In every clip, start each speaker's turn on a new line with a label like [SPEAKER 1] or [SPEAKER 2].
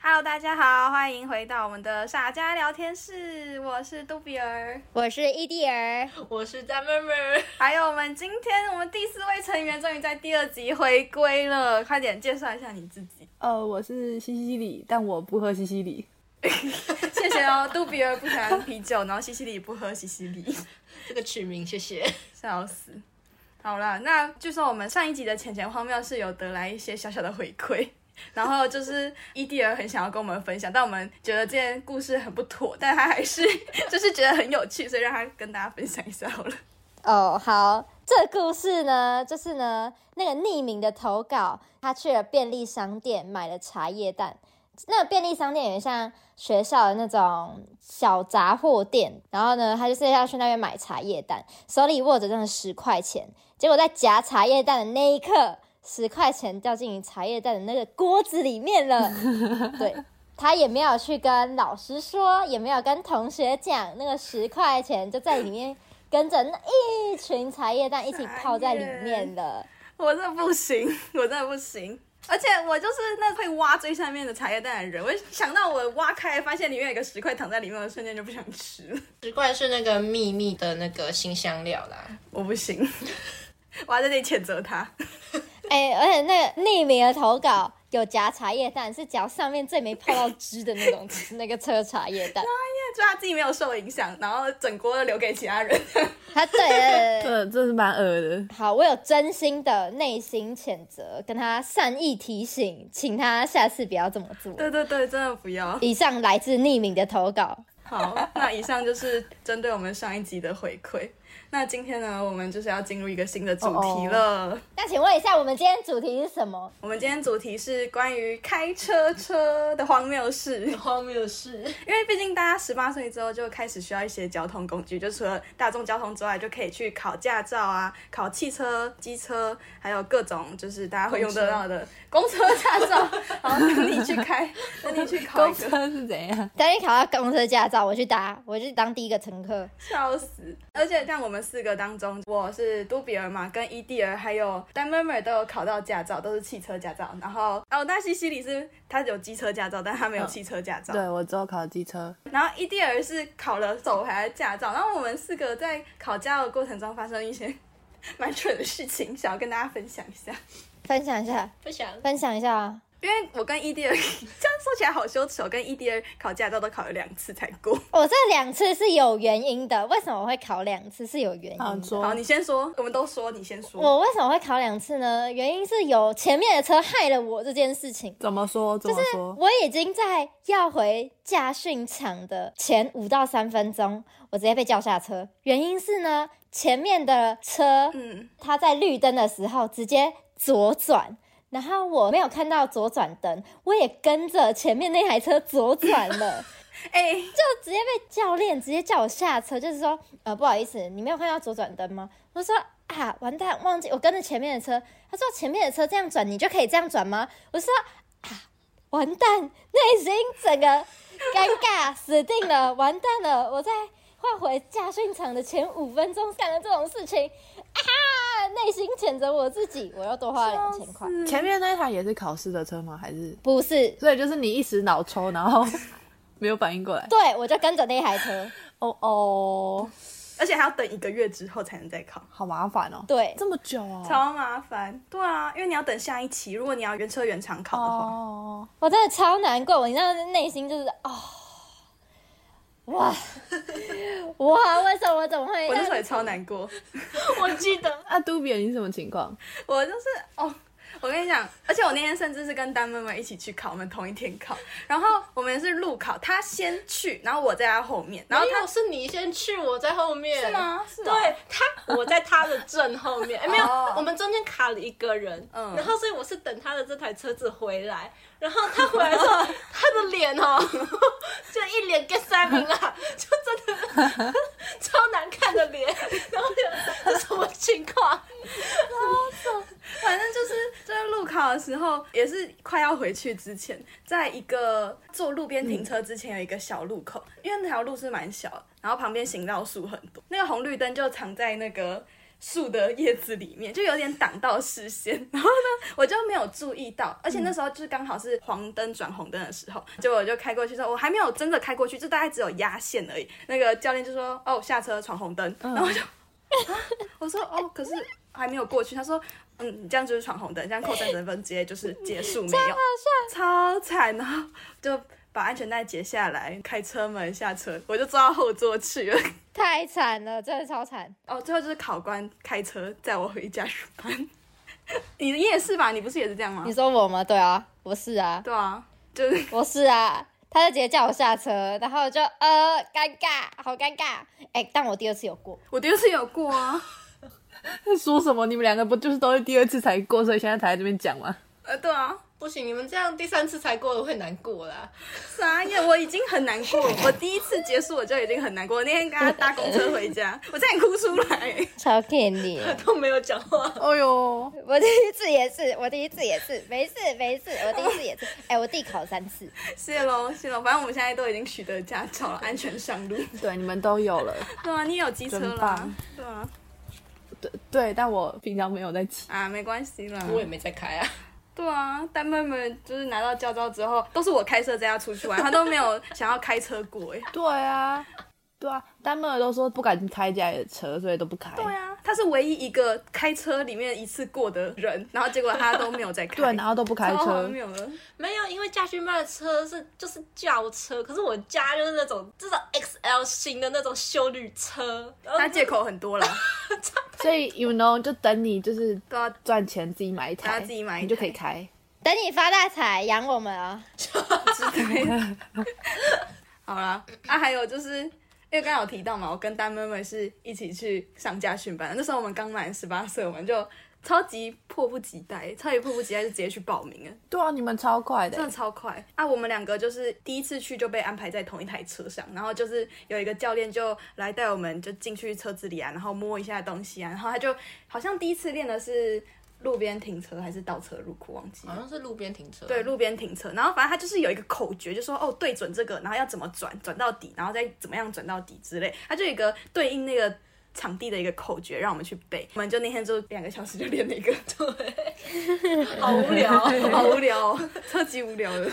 [SPEAKER 1] Hello，大家好，欢迎回到我们的傻家聊天室，我是杜比尔，
[SPEAKER 2] 我是伊蒂尔，
[SPEAKER 3] 我是大妹妹。
[SPEAKER 1] 还有我们今天我们第四位成员终于在第二集回归了，快点介绍一下你自己。
[SPEAKER 4] 呃，我是西西里，但我不喝西西里。
[SPEAKER 1] 谢谢哦，杜比尔不喜欢啤酒，然后西西里不喝西西里，
[SPEAKER 3] 这个取名，谢谢。
[SPEAKER 1] 笑死。好啦，那据说我们上一集的浅浅荒谬是有得来一些小小的回馈， 然后就是伊蒂尔很想要跟我们分享，但我们觉得这件故事很不妥，但他还是 就是觉得很有趣，所以让他跟大家分享一下好了。
[SPEAKER 2] 哦，好，这故事呢，就是呢，那个匿名的投稿，他去了便利商店买了茶叶蛋。那个便利商店有点像学校的那种小杂货店，然后呢，他就是要去那边买茶叶蛋，手里握着那十块钱，结果在夹茶叶蛋的那一刻，十块钱掉进茶叶蛋的那个锅子里面了。对，他也没有去跟老师说，也没有跟同学讲，那个十块钱就在里面跟着那一群茶叶蛋一起泡在里面了。
[SPEAKER 1] 我真的不行，我真的不行。而且我就是那会挖最下面的茶叶蛋的人，我一想到我挖开发现里面有一个石块躺在里面，我瞬间就不想吃了，
[SPEAKER 3] 十块是那个秘密的那个新香料啦，
[SPEAKER 1] 我不行， 我要在这里谴责他。
[SPEAKER 2] 哎、而且那个匿名的投稿有夹茶叶蛋，是夹上面最没泡到汁的那种 那个车茶叶蛋。
[SPEAKER 1] 就他自己没有受影响，然后整锅留给其他人。
[SPEAKER 2] 他啊对对对对
[SPEAKER 4] 这这是蛮恶的。
[SPEAKER 2] 好，我有真心的内心谴责，跟他善意提醒，请他下次不要这么做。
[SPEAKER 1] 对对对，真的不要。
[SPEAKER 2] 以上来自匿名的投稿，
[SPEAKER 1] 好，那以上就是针对我们上一集的回馈。那今天呢，我们就是要进入一个新的主题
[SPEAKER 4] 哦
[SPEAKER 1] 了。
[SPEAKER 2] 那请问一下，我们今天主题是什么？
[SPEAKER 1] 我们今天主题是关于开车车的荒谬事。
[SPEAKER 3] 荒谬事。
[SPEAKER 1] 因为毕竟大家十八岁之后就开始需要一些交通工具，就除了大众交通之外，就可以去考驾照啊，考汽车、机车，还有各种就是大家会用得到的公车驾 照，然后等你去开，等你去考一
[SPEAKER 4] 公
[SPEAKER 1] 个。
[SPEAKER 4] 车是怎样？
[SPEAKER 2] 等你考到公车驾照，我去搭，我去当第一个乘客。
[SPEAKER 1] 笑死！而且像我们四个当中，我是都比尔嘛，跟伊蒂尔还有丹妹妹都有考到驾照，都是汽车驾照。然后哦，那西西里是他有机车驾照，但他没有
[SPEAKER 4] 嗯
[SPEAKER 1] 汽车驾照。
[SPEAKER 4] 对我之后考机车，
[SPEAKER 1] 然后伊蒂尔是考了手牌的驾照。然后我们四个在考驾照的过程中发生一些蛮蠢的事情，想要跟大家分享一下。
[SPEAKER 2] 分享一下，
[SPEAKER 3] 不想
[SPEAKER 2] 分享一下啊！
[SPEAKER 1] 因为我跟伊蒂尔 这样说起来好羞耻哦，我跟伊蒂尔考驾照都考了两次才过。
[SPEAKER 2] 哦我这两次是有原因的，为什么我会考两次是有原因
[SPEAKER 4] 好
[SPEAKER 2] 的。
[SPEAKER 4] 说
[SPEAKER 1] 好，你先说，我们都说，你先
[SPEAKER 4] 嗯
[SPEAKER 1] 说。
[SPEAKER 2] 我为什么会考两次呢？原因是有前面的车害了我这件事情。
[SPEAKER 4] 怎么说怎么说？
[SPEAKER 2] 我已经在要回驾训场的前五到三分钟，我直接被叫下车。原因是呢，前面的车
[SPEAKER 1] 嗯，
[SPEAKER 2] 它在绿灯的时候直接左转，然后我没有看到左转灯，我也跟着前面那台车左转了。
[SPEAKER 1] 哎、
[SPEAKER 2] 就直接被教练直接叫我下车，就是说，呃，不好意思，你没有看到左转灯吗？我说啊，完蛋，忘记我跟着前面的车。他说前面的车这样转，你就可以这样转吗？我说啊，完蛋，内心整个尴尬死定了，完蛋了，我在换回驾训场的前五分钟干了这种事情啊，内心谴责我自己，我又多花了两千块，
[SPEAKER 1] 是
[SPEAKER 4] 前面那一台也是考试的车吗？还是？
[SPEAKER 2] 不是，
[SPEAKER 4] 所以就是你一时脑抽，然 后没有反应过来。
[SPEAKER 2] 对我就跟着那台车，
[SPEAKER 4] 哦哦，
[SPEAKER 1] 而且还要等一个月之后才能再考，
[SPEAKER 4] 好麻烦哦。
[SPEAKER 2] 对，
[SPEAKER 4] 这么久哦。
[SPEAKER 1] 超麻烦。对啊，因为你要等下一期，如果你要原车原厂考的话。
[SPEAKER 4] 哦，
[SPEAKER 2] 我真的超难过，我你知道内心就是哦，哇 哇，为什么我怎么会
[SPEAKER 1] 我那时候也超难过，
[SPEAKER 3] 我记 得
[SPEAKER 4] 那杜比尔你是什么情况？
[SPEAKER 1] 我就是哦，我跟你讲，而且我那天甚至是跟丹妹妹一起去考，我们同一天考，然后我们是路考，她先去，然后我在她后面，然后
[SPEAKER 3] 没有
[SPEAKER 1] 她
[SPEAKER 3] 是你先去，我在后面。
[SPEAKER 1] 是？吗？是吗
[SPEAKER 3] 对他，我在他的正后面。哎，没有
[SPEAKER 1] 哦，
[SPEAKER 3] 我们中间卡了一个人。
[SPEAKER 1] 嗯
[SPEAKER 3] 然后所以我是等他的这台车子回来，然后他回来的时 候，他的脸哦， 就一脸跟塞明啊， 就真的 超难看的脸。然后就这什么情况？
[SPEAKER 1] 反正就是在路考的时候，也是快要回去之前，在一个坐路边停车之前有一个小路口，因为那条路是蛮小的，然后旁边行道树很多，那个红绿灯就藏在那个。树的叶子里面，就有点挡到视线。然后呢，我就没有注意到，而且那时候就是刚好是黄灯转红灯的时候，结果我就开过去之后，我还没有真的开过去，就大概只有压线而已。那个教练就说：“哦，下车闯红灯。”然后我就、啊我说：“哦，可是还没有过去。”他说：“嗯，你这样就是闯红灯，这样扣三十分，直接就是结束，没有。”超惨然后就把安全带解下来，开车门下车，我就坐到后座去了。
[SPEAKER 2] 太惨了，真的超惨。
[SPEAKER 1] 哦，最后就是考官开车载我回家上 班。你你也是吧？你不是也是这样吗
[SPEAKER 2] 你？说我吗？对啊，我是啊，
[SPEAKER 1] 对啊，就是
[SPEAKER 2] 我是啊。他就直接叫我下车，然后我就呃尴尬，好尴尬。哎、但我第二次有过，
[SPEAKER 1] 我第二次有过啊。
[SPEAKER 4] 在说什么？你们两个不就是都是第二次才过，所以现在才在这边讲吗？
[SPEAKER 1] 呃，对啊，
[SPEAKER 3] 不行，你们这样第三次才过了会难过啦。
[SPEAKER 1] 傻眼，我已经很难过。我第一次结束我就已经很难过。我那天跟他搭公车回 家，我差点哭出 来。
[SPEAKER 2] 超骗你。
[SPEAKER 3] 都没有讲话，
[SPEAKER 4] 哎呦，
[SPEAKER 2] 我第一次也是，我第一次也是，没事没事，我第一次也是。哎、我弟考三次，
[SPEAKER 1] 谢喽谢喽，反正我们现在都已经取得驾照了，安全上路。
[SPEAKER 4] 对，你们都有了。
[SPEAKER 1] 对啊，你有机车
[SPEAKER 4] 真
[SPEAKER 1] 啦
[SPEAKER 4] 棒。
[SPEAKER 1] 对啊，
[SPEAKER 4] 对对，但我平常没有在骑。
[SPEAKER 1] 啊，没关系啦。
[SPEAKER 3] 我也没在开啊。
[SPEAKER 1] 对啊，但妹妹就是拿到驾照之后，都是我开车载她出去玩，她都没有想要开车过哎、
[SPEAKER 4] 对啊，对啊，丹妹儿都说不敢开家里的车，所以都不开。
[SPEAKER 1] 对啊，她是唯一一个开车里面一次过的人，然后结果她都没有在啊开。
[SPEAKER 4] 对，然后都不开
[SPEAKER 1] 超
[SPEAKER 4] 车
[SPEAKER 1] 荒。谬的。
[SPEAKER 3] 没有，因为驾训班的车是就是轿车，可是我家就是那种这种 XL 型的那种修旅车，然后
[SPEAKER 1] 她借口很 多啦，
[SPEAKER 4] 所以 you know 就等你就是
[SPEAKER 1] 都要
[SPEAKER 4] 赚钱啊自己买一台，
[SPEAKER 1] 大家自己买一台
[SPEAKER 4] 你就可以开。
[SPEAKER 2] 等你发大财养我们啊！
[SPEAKER 1] 好啦，啊，还有就是，因为刚刚有提到嘛，我跟丹妹妹是一起去上家训班，那时候我们刚满十八岁，我们就超级迫不及待，超级迫不及待就直接去报名了，
[SPEAKER 4] 对啊，你们超快的
[SPEAKER 1] 真。的超快啊！我们两个就是第一次去就被安排在同一台车上，然后就是有一个教练就来带我们就进去车子里啊，然后摸一下东西啊，然后他就好像第一次练的是路边停车还是倒车入库，忘记了
[SPEAKER 3] 好。像是路边停车，
[SPEAKER 1] 对，，路边停车，然后反正他就是有一个口诀，就说哦对准这个，然后要怎么转，转到底，然后再怎么样转到底之类，他就有一个对应那个场地的一个口诀让我们去背，我们就那天就两个小时就练那个，
[SPEAKER 3] 好无 聊，
[SPEAKER 1] 好无聊、哦，超级无聊的。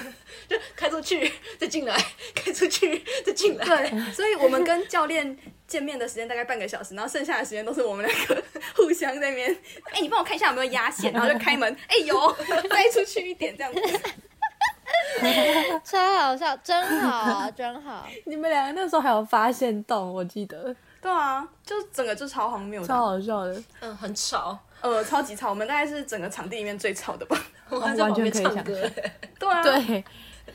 [SPEAKER 3] 就开出去再进来，开出去再进来，
[SPEAKER 1] 对，所以我们跟教练见面的时间大概半个小时，然后剩下的时间都是我们两个 互相在那边，哎、你帮我看一下有没有压线，然后就开门，哎、有，再出去一点这样子。
[SPEAKER 2] 超好笑，真好啊，真好。
[SPEAKER 4] 你们两个那时候还有发现洞，我记得
[SPEAKER 1] 对啊，就整个就超荒谬
[SPEAKER 4] 超
[SPEAKER 1] 的，
[SPEAKER 4] 好笑的，
[SPEAKER 3] 嗯，很吵，
[SPEAKER 1] 呃，超级吵，我们大概是整个场地里面最吵的吧。
[SPEAKER 3] 我还在旁边唱歌，
[SPEAKER 1] 对啊，
[SPEAKER 4] 对，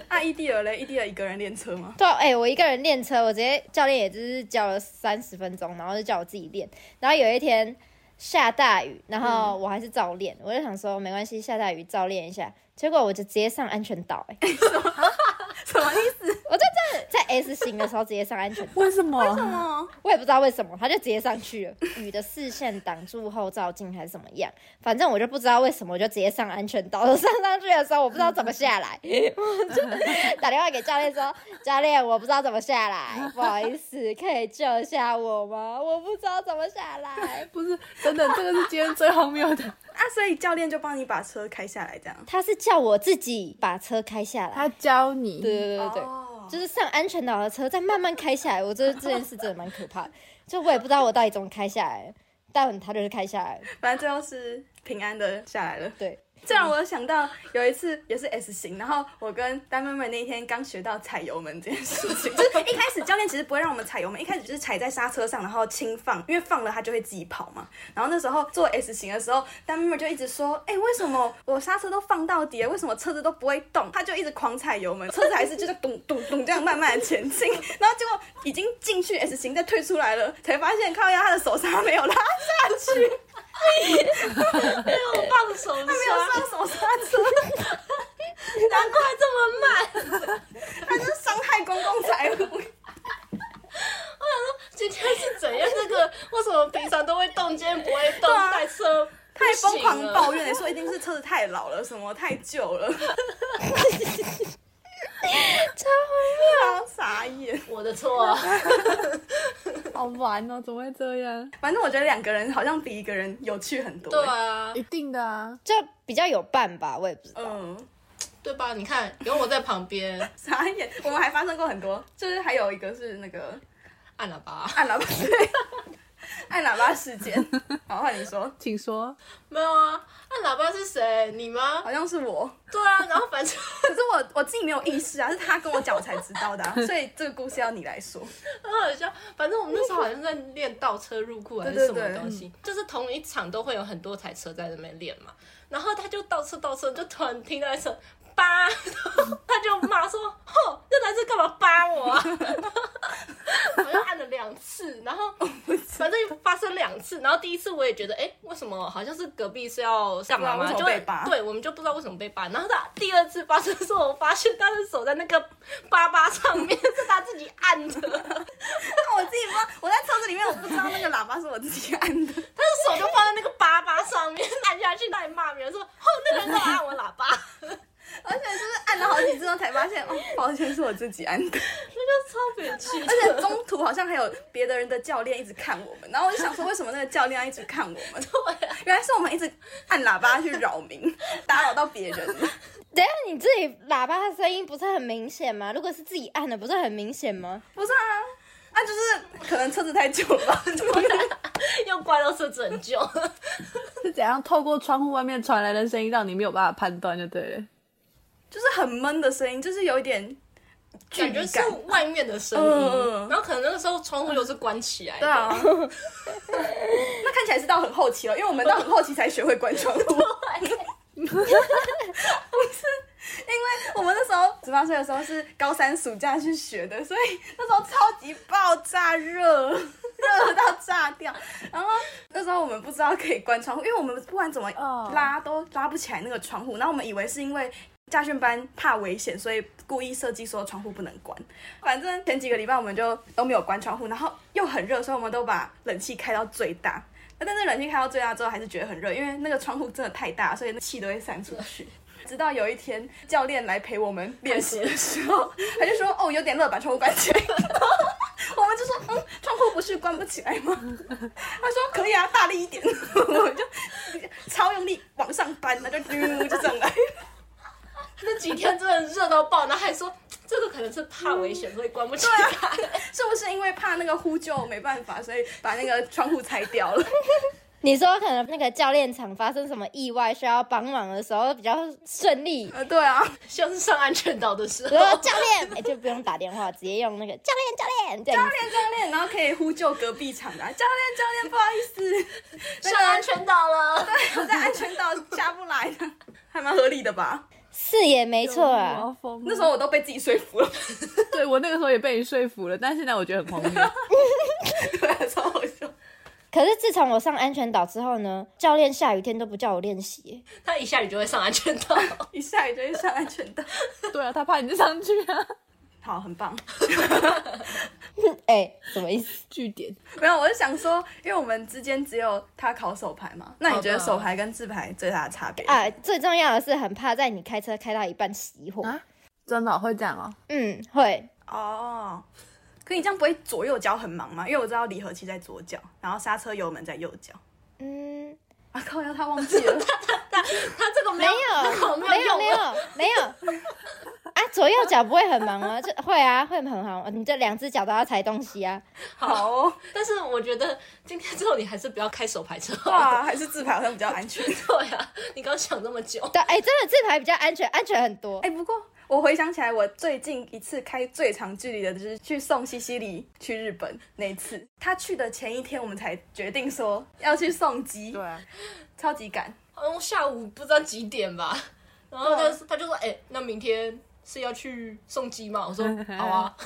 [SPEAKER 1] 啊，伊蒂尔嘞，伊蒂尔一个人练车吗？
[SPEAKER 2] 对啊，哎、我一个人练车，我直接教练也就是教了三十分钟，然后就叫我自己练。然后有一天下大雨，然后我还是照练，我就想说没关系，下大雨照练一下。结果我就直接上安全岛、哎，
[SPEAKER 1] 什么意思？
[SPEAKER 2] 我就真的在 S 型的时候直接上安全岛，
[SPEAKER 4] 为什么？
[SPEAKER 1] 哦，
[SPEAKER 2] 我也不知道为什么，他就直接上去了。雨的视线挡住后照镜还是怎么样，反正我就不知道为什么，我就直接上安全岛。我上上去的时候，我不知道怎么下来， 我就打电话给教练说：“教练，我不知道怎么下来，不好意思，可以救一下我吗？我不知道怎么下来。
[SPEAKER 4] 不是，真的，这个是今天最荒谬的。
[SPEAKER 1] 啊，所以教练就帮你把车开下来，这样”。
[SPEAKER 2] 他是叫我自己把车开下来，
[SPEAKER 4] 他教你，
[SPEAKER 2] 对对对对对。
[SPEAKER 1] 哦
[SPEAKER 2] 就是上安全岛的车再慢慢开下来，我觉得这件事真的蛮可怕的。就我也不知道我到底怎么开下来，但他就是开下来了。
[SPEAKER 1] 反正最后是平安的下来了。
[SPEAKER 2] 对，
[SPEAKER 1] 这让我想到有一次也是 S 型，然后我跟丹妹妹那一天刚学到踩油门这件事情， 就是一开始教练其实不会让我们踩油门，一开始就是踩在刹车上，然后轻放，因为放了它就会自己跑嘛。然后那时候做 S 型的时候，丹妹妹就一直说：“哎、为什么我刹车都放到底了，为什么车子都不会动？”她就一直狂踩油门，车子还是就是咚咚咚这样慢慢的前进。然后结果已经进去 S 型，再退出来了，才发现靠腰她的手刹没有拉下去，
[SPEAKER 3] 我放手刹，
[SPEAKER 1] 没有上手刹车。
[SPEAKER 3] 难怪这么慢。
[SPEAKER 1] 他 是伤害公共财物。
[SPEAKER 3] 今天是怎样？这个为什么平常都会动，今天不会动？
[SPEAKER 1] 啊
[SPEAKER 3] 赛车
[SPEAKER 1] 太疯狂
[SPEAKER 3] 了，
[SPEAKER 1] 抱怨了，说一定是车子太老了，什么太旧了。超啊傻眼。
[SPEAKER 3] 我的错，啊
[SPEAKER 4] 好玩哦，怎么会这样？
[SPEAKER 1] 反正我觉得两个人好像比一个人有趣很多。
[SPEAKER 3] 对，啊，
[SPEAKER 4] 一定的啊，
[SPEAKER 2] 就比较有伴吧，我也不知道。
[SPEAKER 1] 嗯，
[SPEAKER 3] 对吧？你看，有我在旁边
[SPEAKER 1] 傻眼。我们还发生过很多，就是还有一个是那个
[SPEAKER 3] 按喇叭，
[SPEAKER 1] 按喇叭，对，按喇叭事件。好，换你说，
[SPEAKER 4] 请说。
[SPEAKER 3] 没有啊，按喇叭是谁？你吗？
[SPEAKER 1] 好像是我，
[SPEAKER 3] 对啊，然后反正
[SPEAKER 1] 可是我我自己没有意识啊，是他跟我讲我才知道的、啊，所以这个故事要你来说。
[SPEAKER 3] 很好笑。反正我们那时候好像在练倒车入库还是什么东
[SPEAKER 1] 嗯
[SPEAKER 3] 西，就是同一场都会有很多台车在那边练嘛。然后他就倒车倒车，就突然听到一声“叭”， 他就骂说：“吼，这台车干嘛扒我啊？” 我就按了两次，然后
[SPEAKER 1] 哦
[SPEAKER 3] 反正发生两次，然后第一次我也觉得，哎、为什么好像是隔壁是要干嘛
[SPEAKER 1] 不
[SPEAKER 3] 嘛？
[SPEAKER 1] 啊知道为什
[SPEAKER 3] 就
[SPEAKER 1] 么
[SPEAKER 3] 会
[SPEAKER 1] 被扒
[SPEAKER 3] 对，我们就不知道为什么被扒。然后他第二次发生的时候，我发现他的手在那个粑粑上面， 是他自己按的。
[SPEAKER 1] 我自己不知道，我在车子里面，我不知道那个喇叭是我自己按的。
[SPEAKER 3] 手就放在那个粑粑上面按下去，那里骂别人说：“哦，那个人在按我喇叭。
[SPEAKER 1] 而且就是按了好几次后才发现，哦，抱歉，是我自己按的。”
[SPEAKER 3] 超委屈
[SPEAKER 1] 而且中途好像还有别的人的教练一直看我们，然后我就想说，为什么那个教练要一直看我们？
[SPEAKER 3] 对啊，
[SPEAKER 1] 原来是我们一直按喇叭去扰民，打扰到别人。
[SPEAKER 2] 等一下你自己喇叭的声音不是很明显吗？如果是自己按的，不是很明显吗？
[SPEAKER 1] 不是啊，啊，就是可能车子太久了吧，就是
[SPEAKER 3] 又关到车子很久。
[SPEAKER 4] 是怎样透过窗户外面传来的声音，让你没有办法判断就对了。
[SPEAKER 1] 就是很闷的声音，就是有一点距
[SPEAKER 3] 感
[SPEAKER 1] 离
[SPEAKER 3] 觉是
[SPEAKER 1] 感。
[SPEAKER 3] 外面的声
[SPEAKER 1] 嗯
[SPEAKER 3] 音，然后可能那个时候窗户又是关起来的，
[SPEAKER 1] 对 啊，那看起来是到很后期了，因为我们到很后期才学会关 窗户。不是，因为我们那时候十八岁的时候是高三暑假去学的，所以那时候超级爆炸热，热到炸掉。然后那时候我们不知道可以关窗户，因为我们不管怎么
[SPEAKER 4] 哦
[SPEAKER 1] 拉都拉不起来那个窗户，然后我们以为是因为。驾训班怕危险，所以故意设计说窗户不能关。反正前几个礼拜我们就都没有关窗户，然后又很热，所以我们都把冷气开到最大。但是冷气开到最大之后，还是觉得很热，因为那个窗户真的太大，所以那气都会散出去。直到有一天教练来陪我们练习的时候，他就说：“哦，有点热，把窗户关起来。”我们就说：“嗯，窗户不是关不起来吗？” 他说：“可以啊，大力一点。”我就超用力往上搬，那就嘟就上来。
[SPEAKER 3] 那几天真的热到爆，然后还说这个可能是怕危险，所以关不起来。
[SPEAKER 1] 是不是因为怕那个呼救没办法，所以把那个窗户拆掉了？
[SPEAKER 2] 你说可能那个教练场发生什么意外需要帮忙的时候比较顺利，
[SPEAKER 1] 呃，对啊，
[SPEAKER 3] 像是上安全岛的时
[SPEAKER 2] 比如说
[SPEAKER 3] 候，
[SPEAKER 2] 教练，哎、 就不用打电话，直接用那个教练教练这样
[SPEAKER 1] 教。练教练，然后可以呼救隔壁场的、啊、教练教练，不好意思，
[SPEAKER 3] 上安全岛了。
[SPEAKER 1] 我在安全岛下不来的，还蛮合理的吧？
[SPEAKER 2] 是也没错
[SPEAKER 4] 我
[SPEAKER 2] 啊，
[SPEAKER 4] 要疯了。
[SPEAKER 1] 那时候我都被自己说服了，
[SPEAKER 4] 对我那个时候也被你说服了，但现在我觉得很荒 谬。
[SPEAKER 1] 对，超好笑。
[SPEAKER 2] 可是自从我上安全岛之后呢，教练下雨天都不叫我练习，
[SPEAKER 3] 他一下雨就会上安全岛，
[SPEAKER 1] 一下雨就会上安全岛，
[SPEAKER 4] 对啊，他怕你上去啊。
[SPEAKER 1] 好，很棒。
[SPEAKER 2] 哎、什么意思？
[SPEAKER 4] 据点，
[SPEAKER 1] 没有，我是想说，因为我们之间只有他考手牌嘛，那你觉得
[SPEAKER 3] 好的
[SPEAKER 1] 手牌跟自牌最大的差别？
[SPEAKER 2] 啊，最重要的是很怕在你开车开到一半熄火。
[SPEAKER 4] 啊真的哦、会这样哦。
[SPEAKER 2] 嗯，会。
[SPEAKER 1] 哦，可你这样不会左右脚很忙吗？因为我知道离合器在左脚，然后刹车油门在右脚。
[SPEAKER 2] 嗯，
[SPEAKER 1] 啊靠！要他忘记了，
[SPEAKER 3] 他这个
[SPEAKER 2] 没
[SPEAKER 3] 没
[SPEAKER 2] 有，
[SPEAKER 3] 没
[SPEAKER 2] 没
[SPEAKER 3] 有
[SPEAKER 2] 有，
[SPEAKER 3] 用
[SPEAKER 2] 没有，没有。啊，左右脚不会很忙吗？就会啊，会很忙。你这两只脚都要踩东西啊。
[SPEAKER 1] 好、哦，
[SPEAKER 3] 但是我觉得今天之后你还是不要开手牌车好了。
[SPEAKER 1] 哇，还是自排好像比较安全。
[SPEAKER 3] 对呀、你刚想这么久，
[SPEAKER 2] 对，哎、真的自排比较安全，安全很多。
[SPEAKER 1] 哎、不过我回想起来，我最近一次开最长距离的，就是去送西西里去日本那一次。他去的前一天，我们才决定说要去送机，
[SPEAKER 4] 啊，
[SPEAKER 1] 超级赶。
[SPEAKER 3] 好像嗯下午不知道几点吧。然后他他就说：“哎、那明天是要去送机吗？”我说：“好啊。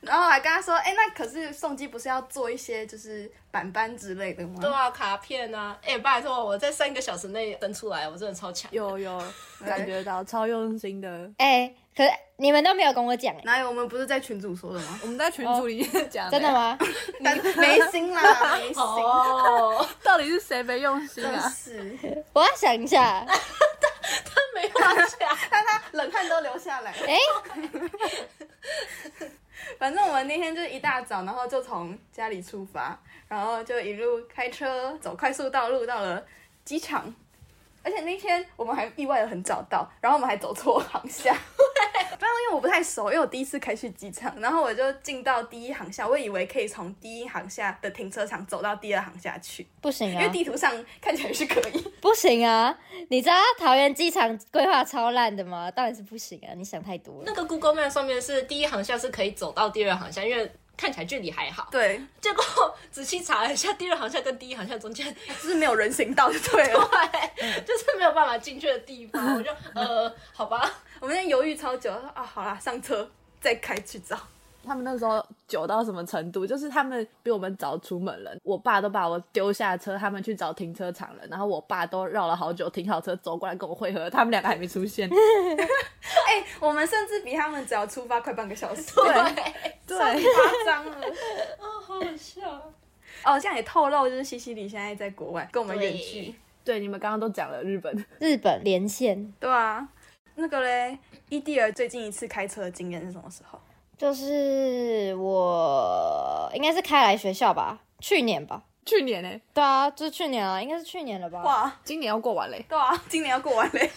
[SPEAKER 1] 然后我还跟他说，哎、那可是送机不是要做一些就是板板之类的”吗？
[SPEAKER 3] 对啊，卡片啊，哎、拜托，我在三个小时内登出来，我真的超 强。
[SPEAKER 4] 有有感觉到超用心的。
[SPEAKER 2] 哎、可是你们都没有跟我讲、哎，
[SPEAKER 1] 哪有？我们不是在群主说的 吗？
[SPEAKER 4] 我们在群组里面讲、
[SPEAKER 2] 真的？吗？
[SPEAKER 1] 但没心啦，没心。
[SPEAKER 3] 哦，
[SPEAKER 4] 到底是谁没用心
[SPEAKER 1] 真
[SPEAKER 4] 啊？
[SPEAKER 1] 是，
[SPEAKER 2] 我要想一下。
[SPEAKER 3] 没有啊，
[SPEAKER 1] 但他冷汗都流下来。
[SPEAKER 2] 哎、
[SPEAKER 1] 反正我们那天就是一大早，然后就从家里出发，然后就一路开车走快速道路到了机场。而且那天我们还意外的很早到，然后我们还走错航厦。 对，不然因为我不太熟，因为我第一次开去机场，然后我就进到第一航厦，我以为可以从第一航厦的停车场走到第二航厦去，
[SPEAKER 2] 不行
[SPEAKER 1] 因为
[SPEAKER 2] 啊，
[SPEAKER 1] 地图上看起来是可以。
[SPEAKER 2] 不行啊！你知道桃园机场规划超烂的吗？当然是不行啊，你想太多
[SPEAKER 3] 那
[SPEAKER 2] 了。
[SPEAKER 3] 个 Google Map 上面是第一航向是可以走到第二航向，因为看起来距离还好。
[SPEAKER 1] 对，
[SPEAKER 3] 结果仔细查了一下，第二航向跟第一航向中间，
[SPEAKER 1] 就是没有人行道就对 了。
[SPEAKER 3] 对，就是没有办法进去的地方。我就呃，好吧，
[SPEAKER 1] 我们在犹豫超久，说啊，好啦，上车再开去 找。哎
[SPEAKER 4] 他们那时候久到什么程度？就是他们比我们早出门了，我爸都把我丢下车，他们去找停车场了，然后我爸都绕了好久，停好车走过来跟我会合，他们两个还没出现。
[SPEAKER 1] 哎、我们甚至比他们只要出发快半个小时，
[SPEAKER 3] 对，
[SPEAKER 1] 太
[SPEAKER 4] 对，
[SPEAKER 1] 夸张了。
[SPEAKER 3] 哦，好好笑。
[SPEAKER 1] 哦，这样也透露，就是西西里现在在国外，跟我们远距。
[SPEAKER 4] 对，你们刚刚都讲了日本，
[SPEAKER 2] 日本连线
[SPEAKER 1] 对啊，那个嘞，伊蒂尔最近一次开车的经验是什么时候？
[SPEAKER 2] 就是我应该是开来学校吧，去年吧。
[SPEAKER 4] 去年呢、
[SPEAKER 2] 对啊，就是去年啊，应该是去年了吧？
[SPEAKER 1] 哇，
[SPEAKER 4] 今年要过完嘞、
[SPEAKER 1] 对啊，今年要过完嘞。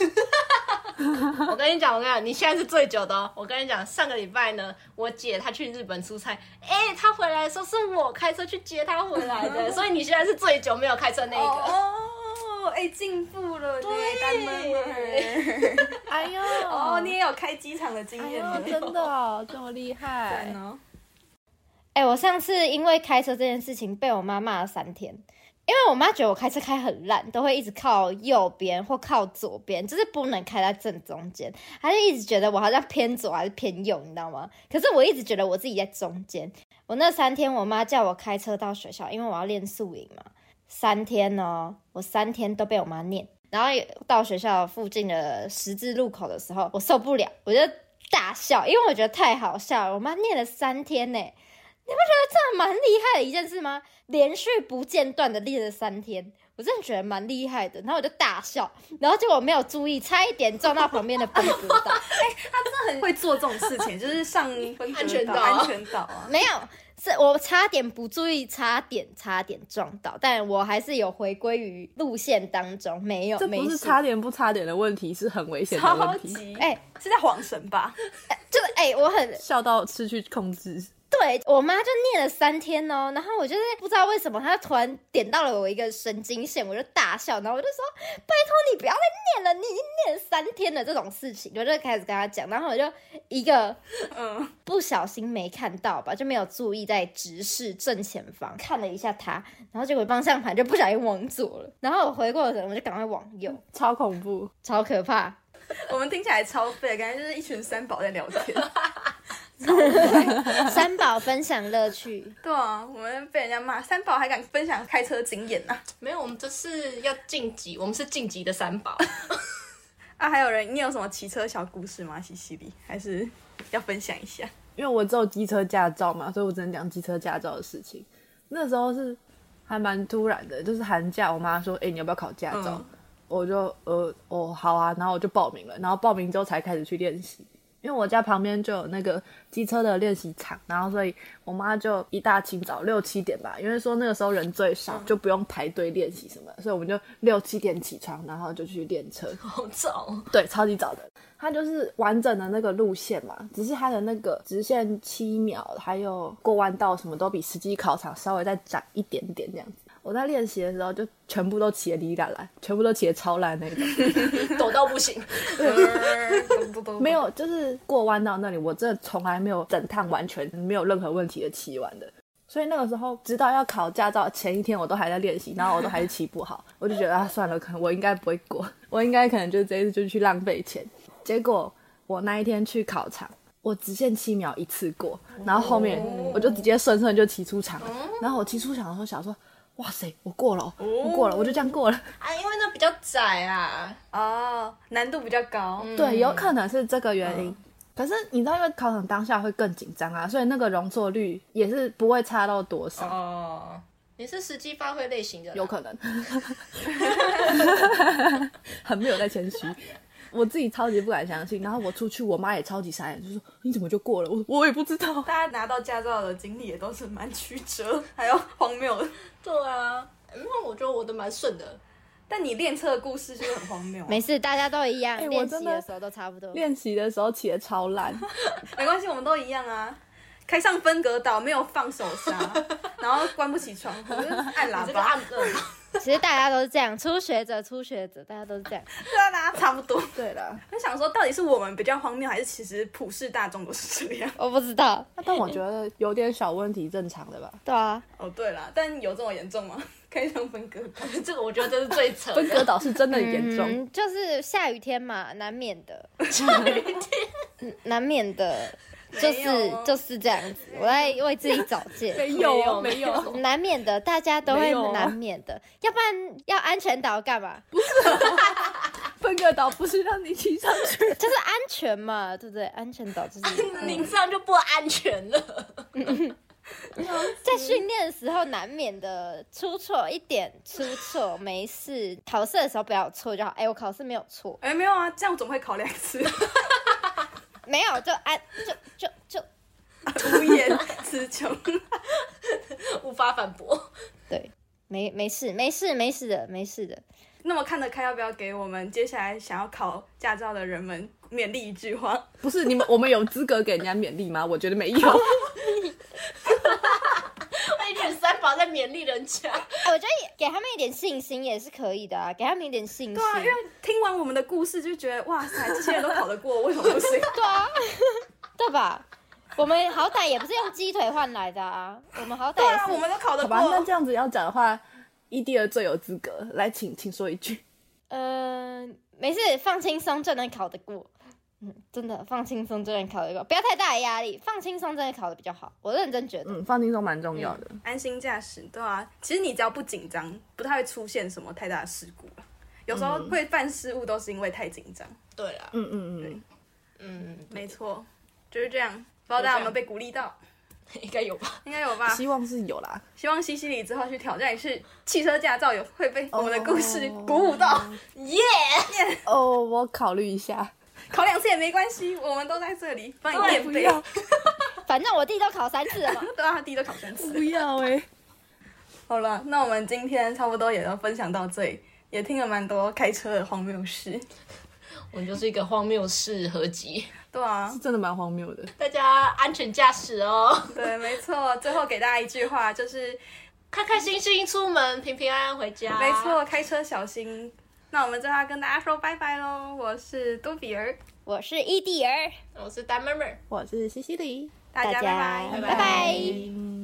[SPEAKER 3] 我跟你讲，我跟你讲，你现在是最久的、哦。我跟你讲，上个礼拜呢，我姐她去日本出差，哎、她回来的时候是我开车去接她回来的，所以你现在是最久没有开车那一个。
[SPEAKER 1] 哦，哎、进步了呢，丹妹妹。
[SPEAKER 4] 哎呦，
[SPEAKER 1] 哦，你也有开机场的经
[SPEAKER 4] 哎
[SPEAKER 1] 验
[SPEAKER 4] 呦
[SPEAKER 1] 呢，
[SPEAKER 4] 真的、哦、这么
[SPEAKER 1] 对
[SPEAKER 4] 厉害，
[SPEAKER 1] 呢。
[SPEAKER 2] 哎、我上次因为开车这件事情被我妈骂了三天，因为我妈觉得我开车开很烂，都会一直靠右边或靠左边，就是不能开在正中间。她就一直觉得我好像偏左还是偏右，你知道吗？可是我一直觉得我自己在中间。我那三天，我妈叫我开车到学校，因为我要练宿营嘛。三天哦，我三天都被我妈念。然后到学校附近的十字路口的时候，我受不了，我就大笑，因为我觉得太好笑了。我妈念了三天呢，这蛮厉害的一件事吗？连续不间断的练了三天，我真的觉得蛮厉害的。然后我就大笑，然后结果没有注意，差一点撞到旁边的分隔 岛。
[SPEAKER 1] 很会做这种事情，就是上分隔
[SPEAKER 3] 安全岛
[SPEAKER 1] 安全岛啊。
[SPEAKER 2] 没有，是我差点不注意，差点差点撞到，但我还是有回归于路线当中，没有
[SPEAKER 4] 这
[SPEAKER 2] 没
[SPEAKER 4] 不是
[SPEAKER 2] 事。
[SPEAKER 4] 差点不差点的问题，是很危险的
[SPEAKER 1] 超
[SPEAKER 4] 问题，
[SPEAKER 1] 级
[SPEAKER 2] 哎、
[SPEAKER 1] 是在晃神吧？
[SPEAKER 2] 就是哎、我很
[SPEAKER 4] 笑到失去控制。
[SPEAKER 2] 对我妈就念了三天哦，然后我就是不知道为什么，她突然点到了我一个神经线，我就大笑，然后我就说：“拜托你不要再念了，你已经念了三天了这种事情。”我就开始跟她讲，然后我就一个
[SPEAKER 1] 嗯，
[SPEAKER 2] 不小心没看到吧，就没有注意在直视正前方，看了一下她，然后结果方向盘就不小心往左了，然后我回过神，我就赶快往右，
[SPEAKER 4] 超恐怖！
[SPEAKER 2] 超可怕。
[SPEAKER 1] 我们听起来超废，感觉就是一群三宝在聊天。
[SPEAKER 2] 三宝分享乐 趣，
[SPEAKER 1] 对啊，我们被人家骂，三宝还敢分享开车经验呐、 啊
[SPEAKER 3] 没有，我们这是要晋级，我们是晋级的三宝。
[SPEAKER 1] 啊！还有人，你有什么骑车小故事吗？西西里还是要分享一下？
[SPEAKER 4] 因为我只有机车驾照嘛，所以我只能讲机车驾照的事情。那时候是还蛮突然的，就是寒假，我妈说：“哎、你要不要考驾照？”
[SPEAKER 1] 嗯
[SPEAKER 4] 我就呃，哦，好啊，然后我就报名了，然后报名之后才开始去练习。因为我家旁边就有那个机车的练习场，然后所以我妈就一大清早六七点吧，因为说那个时候人最少，就不用排队练习什么，所以我们就六七点起床，然后就去练车。
[SPEAKER 3] 好早哦，
[SPEAKER 4] 对，超级早的。它就是完整的那个路线嘛，只是它的那个直线七秒，还有过弯道什么都比实际考场稍微再窄一点点这样子。我在练习的时候就全部都骑的哩啦啦，全部都骑的超烂那种。
[SPEAKER 3] 抖到不行。啊
[SPEAKER 4] 没有，就是过弯道那里，我真的从来没有整趟完全没有任何问题的骑完的。所以那个时候，直到要考驾照前一天，我都还在练习，然后我都还是骑不好，我就觉得啊，算了，可能我应该不会过，我应该可能就这一次就去浪费钱。结果我那一天去考场，我直线七秒一次过，然后后面我就直接顺顺就骑出场了。然后我骑出场的时候想说，哇塞，我过了哦，我过了，我就这样过了。
[SPEAKER 3] 啊，因为那比较窄啊。
[SPEAKER 1] 哦，难度比较高。
[SPEAKER 4] 对，有可能是这个原因。可是你知道，因为考场当下会更紧张啊，所以那个容错率也是不会差到多少，
[SPEAKER 3] 哦，你是实际发 挥类型的啦，
[SPEAKER 4] 有可能。很没有在谦虚。我自己超级不敢相信。然后我出去，我妈也超级傻眼，就说你怎么就过了？我我也不知道。
[SPEAKER 1] 大家拿到驾照的经历也都是蛮曲折，还有荒谬的。
[SPEAKER 3] 对啊，因为我觉得我的蛮顺的，
[SPEAKER 1] 但你练车的故事就是很荒谬、啊。
[SPEAKER 2] 没事，大家都一样，
[SPEAKER 4] 哎我
[SPEAKER 2] 练
[SPEAKER 4] 真
[SPEAKER 2] 习
[SPEAKER 4] 的
[SPEAKER 2] 的时候都差不多。
[SPEAKER 4] 练习的时候骑的超烂，
[SPEAKER 1] 没关系，我们都一样啊。开上分隔岛，没有放手 刹，然后关不起窗户，就是按
[SPEAKER 3] 你
[SPEAKER 1] 喇
[SPEAKER 3] 这个嗯
[SPEAKER 1] 叭
[SPEAKER 3] 暗，恶嘛。
[SPEAKER 2] 其实大家都是这样，初学者、初学者，大家都是这样。
[SPEAKER 1] 对啊，大家差不多。
[SPEAKER 4] 对啦，
[SPEAKER 1] 我想说，到底是我们比较荒谬，还是其实普世大众都是这样？
[SPEAKER 2] 我不知道，
[SPEAKER 4] 但我觉得有点小问题，正常 的吧。
[SPEAKER 2] 对啊，
[SPEAKER 1] 哦，对啦，但有这么严重吗？ 开上分隔岛，
[SPEAKER 3] 这个我觉得这是最扯
[SPEAKER 4] 分
[SPEAKER 3] 的。
[SPEAKER 4] 隔岛是真的严重，
[SPEAKER 2] 嗯，就是下雨天嘛，难免的，嗯难免的，就
[SPEAKER 1] 没有
[SPEAKER 2] 是
[SPEAKER 1] 哦
[SPEAKER 2] 就是这样子。我在为自己找借，
[SPEAKER 4] 没有哦
[SPEAKER 3] 没
[SPEAKER 4] 没
[SPEAKER 3] 有
[SPEAKER 4] 有，
[SPEAKER 2] 难免的，大家都会
[SPEAKER 4] 没有哦
[SPEAKER 2] 难免的，要不然要安全岛干嘛？
[SPEAKER 4] 分隔岛不是让你骑上去。
[SPEAKER 2] 就是安全嘛，对不对？安全岛就是
[SPEAKER 3] 您这样就不安全了。
[SPEAKER 2] 在训练的时候难免的出错一点，出错没事。考试的时候不要有错就好。哎、我考试没有错，
[SPEAKER 1] 哎，没有啊，这样总会考两 次，
[SPEAKER 2] 没有就安就就就
[SPEAKER 1] 无言 词穷。
[SPEAKER 3] 无法反驳。
[SPEAKER 2] 对，没没事没事没事的没事的。
[SPEAKER 1] 那么看得开，要不要给我们接下来想要考驾照的人们勉励一句话？
[SPEAKER 4] 不是你们，我们有资格给人家勉励吗？我觉得没 有。
[SPEAKER 3] 一群三宝在勉励人家，
[SPEAKER 2] 哎、我觉得也给他们一点信心也是可以的啊，给他们一点信心。
[SPEAKER 1] 对啊，因为听完我们的故事就觉得，哇塞，这些人都考得过，为什么不 行？
[SPEAKER 2] 对啊对吧？我们好歹也不是用鸡腿换来的啊，我们好歹
[SPEAKER 1] 对
[SPEAKER 2] 也
[SPEAKER 1] 啊，
[SPEAKER 2] 是
[SPEAKER 1] 我们都考得
[SPEAKER 4] 好
[SPEAKER 1] 过
[SPEAKER 4] 吧，。那这样子要讲的话，伊蒂尔最有资格。来，请请说一句。
[SPEAKER 2] 呃，没事，放轻松就能考得过。嗯，真的放轻松就能考得过，不要太大的压力，放轻松真的考得比较好。我认真觉得，
[SPEAKER 4] 嗯，放轻松蛮重要的。
[SPEAKER 1] 安心驾驶，对啊，其实你只要不紧张，不太会出现什么太大的事故了。有时候会犯失误，都是因为太紧张。
[SPEAKER 3] 对啦，
[SPEAKER 4] 嗯嗯嗯，
[SPEAKER 3] 嗯，
[SPEAKER 1] 没错，就是这样。不知道大家有没有被鼓励 到？
[SPEAKER 3] 应该有吧？
[SPEAKER 1] 应该有吧。
[SPEAKER 4] 希望是有啦。
[SPEAKER 1] 希望西西里之后去挑战一次汽车驾照，有会被我们的故事鼓舞到。
[SPEAKER 3] 耶！
[SPEAKER 4] 哦，我考虑一下。
[SPEAKER 1] 考两次也没关系，我们都在这里帮你
[SPEAKER 4] 哎
[SPEAKER 1] 垫
[SPEAKER 4] 不
[SPEAKER 1] 背。
[SPEAKER 4] 要
[SPEAKER 2] 反正我弟都考三次了嘛。
[SPEAKER 1] 对啊，他弟都考三次。
[SPEAKER 4] 不要 哎、
[SPEAKER 1] 好了，那我们今天差不多也都分享到这里，也听了蛮多开车的荒谬事。
[SPEAKER 3] 我们就是一个荒谬事合集，
[SPEAKER 1] 对啊，
[SPEAKER 4] 真的蛮荒谬的。
[SPEAKER 3] 大家安全驾驶哦，
[SPEAKER 1] 对，没错。最后给大家一句话，就是
[SPEAKER 3] 开开心心出门，平平安安回家。
[SPEAKER 1] 没错，，开车小心。那我们就要跟大家说拜拜喽！我是多比儿，
[SPEAKER 2] 我是 E 伊蒂儿，
[SPEAKER 3] 我是丹妹妹。
[SPEAKER 4] 我是西西里，
[SPEAKER 1] 大家
[SPEAKER 2] 大
[SPEAKER 1] 拜
[SPEAKER 2] 家
[SPEAKER 1] 拜。
[SPEAKER 2] 拜拜
[SPEAKER 4] 嗯